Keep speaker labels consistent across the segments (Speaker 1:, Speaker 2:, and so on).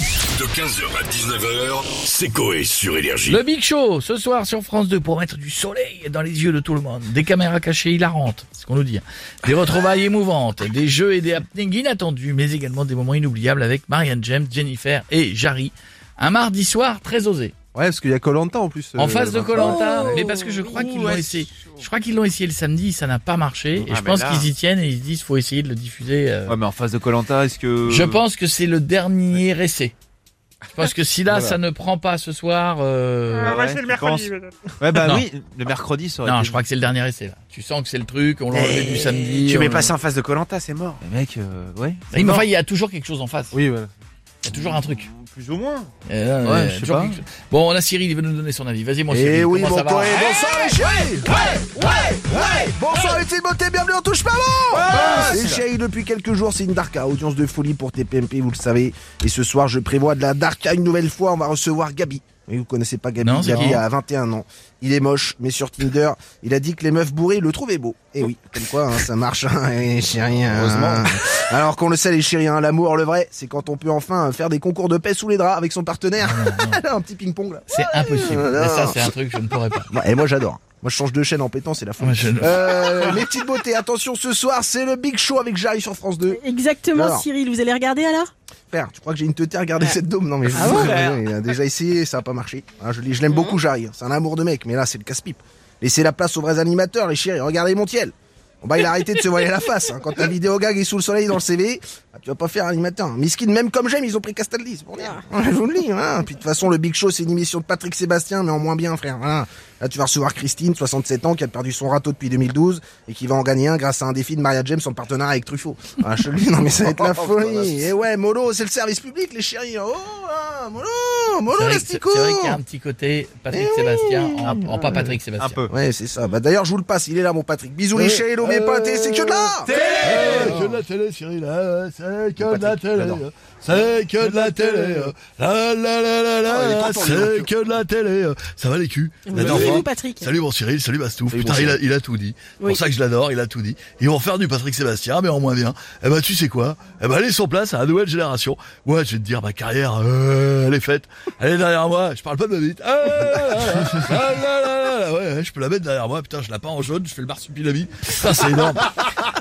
Speaker 1: De 15h à 19h, c'est Coé sur Énergie.
Speaker 2: Le Big Show, ce soir sur France 2, pour mettre du soleil dans les yeux de tout le monde. Des caméras cachées hilarantes, c'est ce qu'on nous dit. Des retrouvailles émouvantes, des jeux et des happenings inattendus, mais également des moments inoubliables avec Marianne James, Jennifer et Jarry. Un mardi soir très osé.
Speaker 3: Ouais, parce qu'il y a Colanta en plus.
Speaker 2: En
Speaker 3: euh,
Speaker 2: face de
Speaker 3: le Oh,
Speaker 2: Colanta,
Speaker 4: Oh.
Speaker 2: mais parce que je crois qu'ils l'ont essayé. Je crois qu'ils l'ont essayé le samedi, ça n'a pas
Speaker 3: Ah,
Speaker 2: marché. Et je pense qu'ils y tiennent et ils se disent faut essayer de le diffuser. euh,
Speaker 3: 20. Ouais, mais en face de Colanta, est-ce que.
Speaker 2: Je pense que c'est le dernier essai. Je pense que si là
Speaker 3: Voilà.
Speaker 2: ça ne prend pas ce soir, euh,
Speaker 3: Ah ouais,
Speaker 5: c'est
Speaker 3: tu
Speaker 5: le mercredi.
Speaker 3: penses
Speaker 5: peut-être.
Speaker 3: Ouais, bah
Speaker 2: Non.
Speaker 3: oui, le mercredi, ça aurait
Speaker 2: non,
Speaker 3: été-
Speaker 2: je crois que c'est le dernier essai. Là. Tu sens que c'est le truc, on l'a enlevé du samedi.
Speaker 4: Eh, Tu
Speaker 2: on
Speaker 4: mets
Speaker 3: euh,
Speaker 2: l'a-
Speaker 4: pas ça en face de Colanta, c'est mort.
Speaker 3: Mais mec, euh, ouais.
Speaker 2: Oui, mais enfin, il y a toujours quelque chose en face.
Speaker 3: Oui, voilà.
Speaker 2: Il y a toujours un truc.
Speaker 3: Plus ou moins.
Speaker 2: Euh,
Speaker 3: Ouais,
Speaker 2: euh,
Speaker 3: je sais
Speaker 2: toujours
Speaker 3: pas.
Speaker 2: quelque chose. Bon, on a Cyril, il veut nous donner son avis. Vas-y, mon Cyril.
Speaker 6: Et oui,
Speaker 2: comment
Speaker 6: bon
Speaker 2: ça va
Speaker 6: Corée, bonsoir les chéris Ouais, ouais, ouais Bonsoir les Timothée, bienvenue en touche pas bon Les chéris, depuis quelques jours, c'est une Darka, audience de folie pour TPMP, vous le savez. Et ce soir, je prévois de la Darka une nouvelle fois, on va recevoir Gabi. Oui, vous connaissez pas Gabi,
Speaker 2: Non, c'est qui
Speaker 6: Gabi a 21 ans. Il est moche, mais sur Tinder, il a dit que les meufs bourrées le trouvaient beau. Et oui, comme quoi, hein, ça marche, hein, les chéris. hein.
Speaker 3: Heureusement.
Speaker 6: Alors qu'on le sait, les chéris, hein, l'amour, le vrai, c'est quand on peut enfin faire des concours de paix sous les draps avec son partenaire. Un petit ping-pong, là.
Speaker 2: Ah, C'est impossible.
Speaker 6: non.
Speaker 2: Mais ça, c'est un truc que je ne pourrais pas.
Speaker 6: Ouais, Bah, et moi j'adore. Moi je change de chaîne en pétant, c'est la folie.
Speaker 2: Moi, je ne-
Speaker 6: Euh, les petites beautés, attention ce soir, c'est le Big Show avec Jarry sur France 2.
Speaker 7: Exactement,
Speaker 6: Alors.
Speaker 7: Cyril. Vous allez regarder alors
Speaker 6: Père, tu crois que j'ai une teuté à regarder cette dôme Non mais je vous jure, il a déjà essayé, ça a pas marché. Hein, je l'ai- je l'aime beaucoup Jarry, hein. c'est un amour de mec, mais là c'est le casse-pipe. Laissez la place aux vrais animateurs, les chéris, regardez Montiel. Bon bah il a arrêté de se voiler la face. hein. Quand ta vidéo gag est sous le soleil dans le CV, bah, tu vas pas faire un animateur. Hein. Miskin, même comme j'aime, ils ont pris Castaldi, c'est pour dire.
Speaker 2: Ah.
Speaker 6: Ouais, Je vous le dis. Hein. Puis de toute façon, le Big Show, c'est une émission de Patrick Sébastien, mais en moins bien, frère. Voilà. Là, tu vas recevoir Christine, 67 ans, qui a perdu son râteau depuis 2012 et qui va en gagner un grâce à un défi de Maria James en partenariat avec Truffaut. Ah, je te le dis, non mais ça va être la
Speaker 2: Oh,
Speaker 6: folie. Et ouais, Molo, c'est le service public, les chéris. Oh, là, Molo,
Speaker 2: C'est
Speaker 6: Molo,
Speaker 2: vrai que-
Speaker 6: l'astico.
Speaker 2: c'est vrai qu'il y a un petit côté Patrick Sébastien en, en pas Patrick Sébastien.
Speaker 3: Un peu.
Speaker 6: Ouais, c'est ça. Bah d'ailleurs, je vous le passe, il est là, mon Patrick. Bisous les chéris, n'oubliez pas, la télé, c'est que de là.
Speaker 8: C'est que de la télé, Cyril, hein, c'est que de la télé, hein, c'est que de la télé, hein, la la la la la,
Speaker 6: Ah, il est content, lui,
Speaker 8: c'est que de la télé, hein. ça va les culs.
Speaker 7: Oui,
Speaker 8: J'adore
Speaker 7: vous,
Speaker 8: ça.
Speaker 7: Patrick.
Speaker 8: Salut mon Cyril, salut Bastouf.
Speaker 6: Salut,
Speaker 8: Putain,
Speaker 6: bon
Speaker 8: il, a, il a tout dit. C'est
Speaker 7: Oui.
Speaker 8: pour ça que je l'adore, il a tout dit. Ils vont faire du Patrick Sébastien, mais en moins bien. Eh ben, tu sais quoi Eh ben, elle est sur place à la nouvelle génération. Ouais, je vais te dire, ma carrière, euh, elle est faite. Elle est derrière moi, je parle pas de ma bite. Ah, là, là, là, ah, là, là, là, là. Ouais, ouais, je peux la mettre derrière moi. Putain, je la peins en jaune, je fais le marsupilami. Putain, c'est énorme.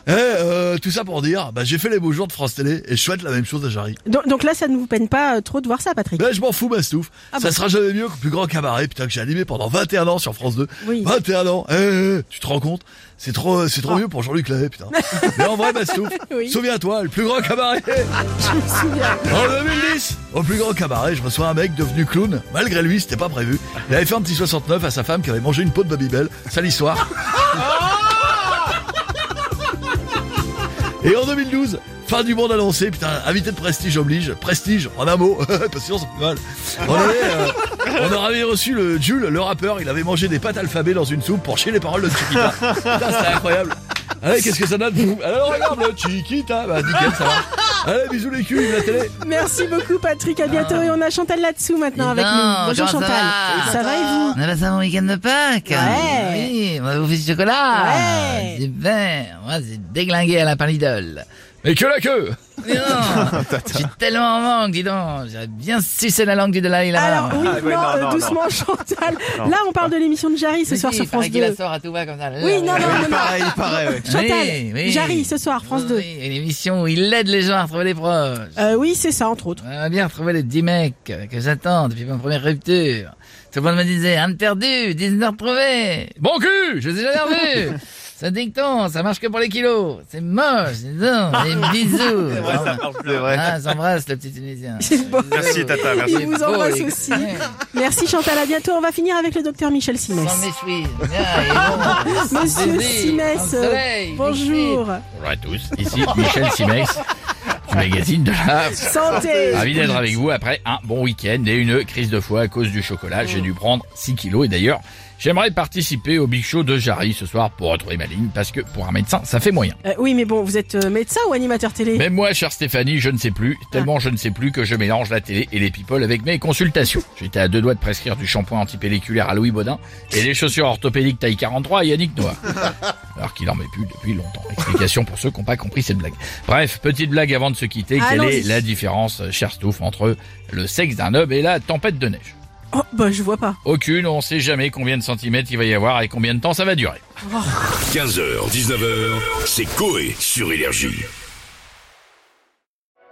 Speaker 8: Eh, euh, tout ça pour dire, bah, j'ai fait les beaux jours de France Télé et je souhaite la même chose à Jarry.
Speaker 7: Donc, donc là, ça ne vous peine pas euh, trop de voir ça, Patrick.
Speaker 8: Ben, je m'en fous, Bastouf.
Speaker 7: Ah
Speaker 8: ça
Speaker 7: bon
Speaker 8: sera jamais mieux que le plus grand cabaret, putain, que j'ai animé pendant 21 ans sur France 2.
Speaker 7: Oui. Ah.
Speaker 8: 21 ans. Eh, eh, tu te rends compte? C'est trop, c'est trop vieux pour Jean-Luc Lahaye, putain. Mais en vrai, Bastouf,
Speaker 7: Oui.
Speaker 8: souviens-toi, le plus grand cabaret. En 2010, au plus grand cabaret, je reçois un mec devenu clown. Malgré lui, c'était pas prévu. Il avait fait un petit 69 à sa femme qui avait mangé une peau de Babybel. Sale histoire. Et en 2012, fin du monde annoncé, putain, invité de prestige oblige, prestige, en un mot, parce que sinon ça fait mal. On avait, euh, on avait reçu le Jules, le rappeur, il avait mangé des pâtes alphabet dans une soupe pour chier les paroles de Chiquita. Putain, c'était incroyable. Allez, qu'est-ce que ça donne Boum. Alors regarde le Chiquita, bah nickel, ça va. Allez, bisous les culs, la télé.
Speaker 7: Merci beaucoup, Patrick. À bientôt. Et on a Chantal là-dessous maintenant
Speaker 9: Dis
Speaker 7: avec
Speaker 9: donc,
Speaker 7: nous. Bonjour,
Speaker 9: comment ça
Speaker 7: Chantal.
Speaker 9: va
Speaker 7: ça va et vous
Speaker 9: On a passé un bon week-end de Pâques.
Speaker 7: Ouais. Ah,
Speaker 9: Oui, Ah, on a bouffé du chocolat.
Speaker 7: Ouais.
Speaker 9: Super. Moi, j'ai déglingué à la pain Lidl.
Speaker 2: Mais que la queue
Speaker 9: Mais non, je suis tellement en manque, dis donc. J'aurais bien sucé la langue du Dalai Lama.
Speaker 7: Alors, oui,
Speaker 3: Ah, ouais,
Speaker 7: non,
Speaker 3: non,
Speaker 7: euh,
Speaker 3: non,
Speaker 7: doucement, Chantal. Là, on parle de l'émission de Jarry ce
Speaker 9: Oui,
Speaker 7: soir
Speaker 9: il
Speaker 7: sur France
Speaker 9: paraît qu'il
Speaker 7: 2.
Speaker 9: la sort à tout va comme ça.
Speaker 7: Oui, non, non, non, non.
Speaker 3: Pareil, pareil, Ah, ouais.
Speaker 7: Chantal,
Speaker 9: Oui, oui.
Speaker 7: Jarry ce soir, France 2.
Speaker 9: Oui, une émission où il aide les gens à retrouver les proches.
Speaker 7: Euh, oui, c'est ça, entre autres.
Speaker 9: On va bien retrouver les 10 mecs que j'attends depuis ma première rupture. Tout le monde me disait, un de perdu, 10 de retrouvé. Bon cul, je les ai jamais revus. Ça dicton, ça marche que pour les kilos. C'est moche, dis donc. Des bisous.
Speaker 3: C'est vrai.
Speaker 9: Ah, j'embrasse le petit Tunisien.
Speaker 5: Merci, Tata, merci.
Speaker 7: Il vous embrasse aussi. Merci, Chantal. À bientôt. On va finir avec le docteur Michel Simès.
Speaker 9: Sans mes chouilles. Bien, et bon.
Speaker 7: Monsieur
Speaker 9: Baiser, dans
Speaker 7: Simès,
Speaker 9: le soleil,
Speaker 7: bonjour.
Speaker 2: Bonjour à tous, ici Michel Simès du magazine de la
Speaker 7: Santé.
Speaker 2: Ravi d'être avec vous après un bon week-end et une crise de foie à cause du chocolat. J'ai dû prendre 6 kilos et d'ailleurs, j'aimerais participer au Big Show de Jarry ce soir pour retrouver ma ligne parce que pour un médecin, ça fait moyen.
Speaker 7: Euh, oui, mais bon, vous êtes euh, médecin ou animateur télé
Speaker 2: Même moi, chère Stéphanie, je ne sais plus, tellement je ne sais plus que je mélange la télé et les people avec mes consultations. J'étais à deux doigts de prescrire du shampoing antipelliculaire à Louis Baudin et les chaussures orthopédiques taille 43 à Yannick Noah. alors qu'il en met plus depuis longtemps. Explication pour ceux qui n'ont pas compris cette blague. Bref, petite blague avant de se quitter. Quelle
Speaker 7: Allons-y.
Speaker 2: est la différence, euh, cher Stouff, entre le sexe d'un homme et la tempête de neige
Speaker 7: Oh, bah, je vois pas.
Speaker 2: Aucune, on sait jamais combien de centimètres il va y avoir et combien de temps ça va durer.
Speaker 1: 15h, 19h, c'est Coé sur Énergie.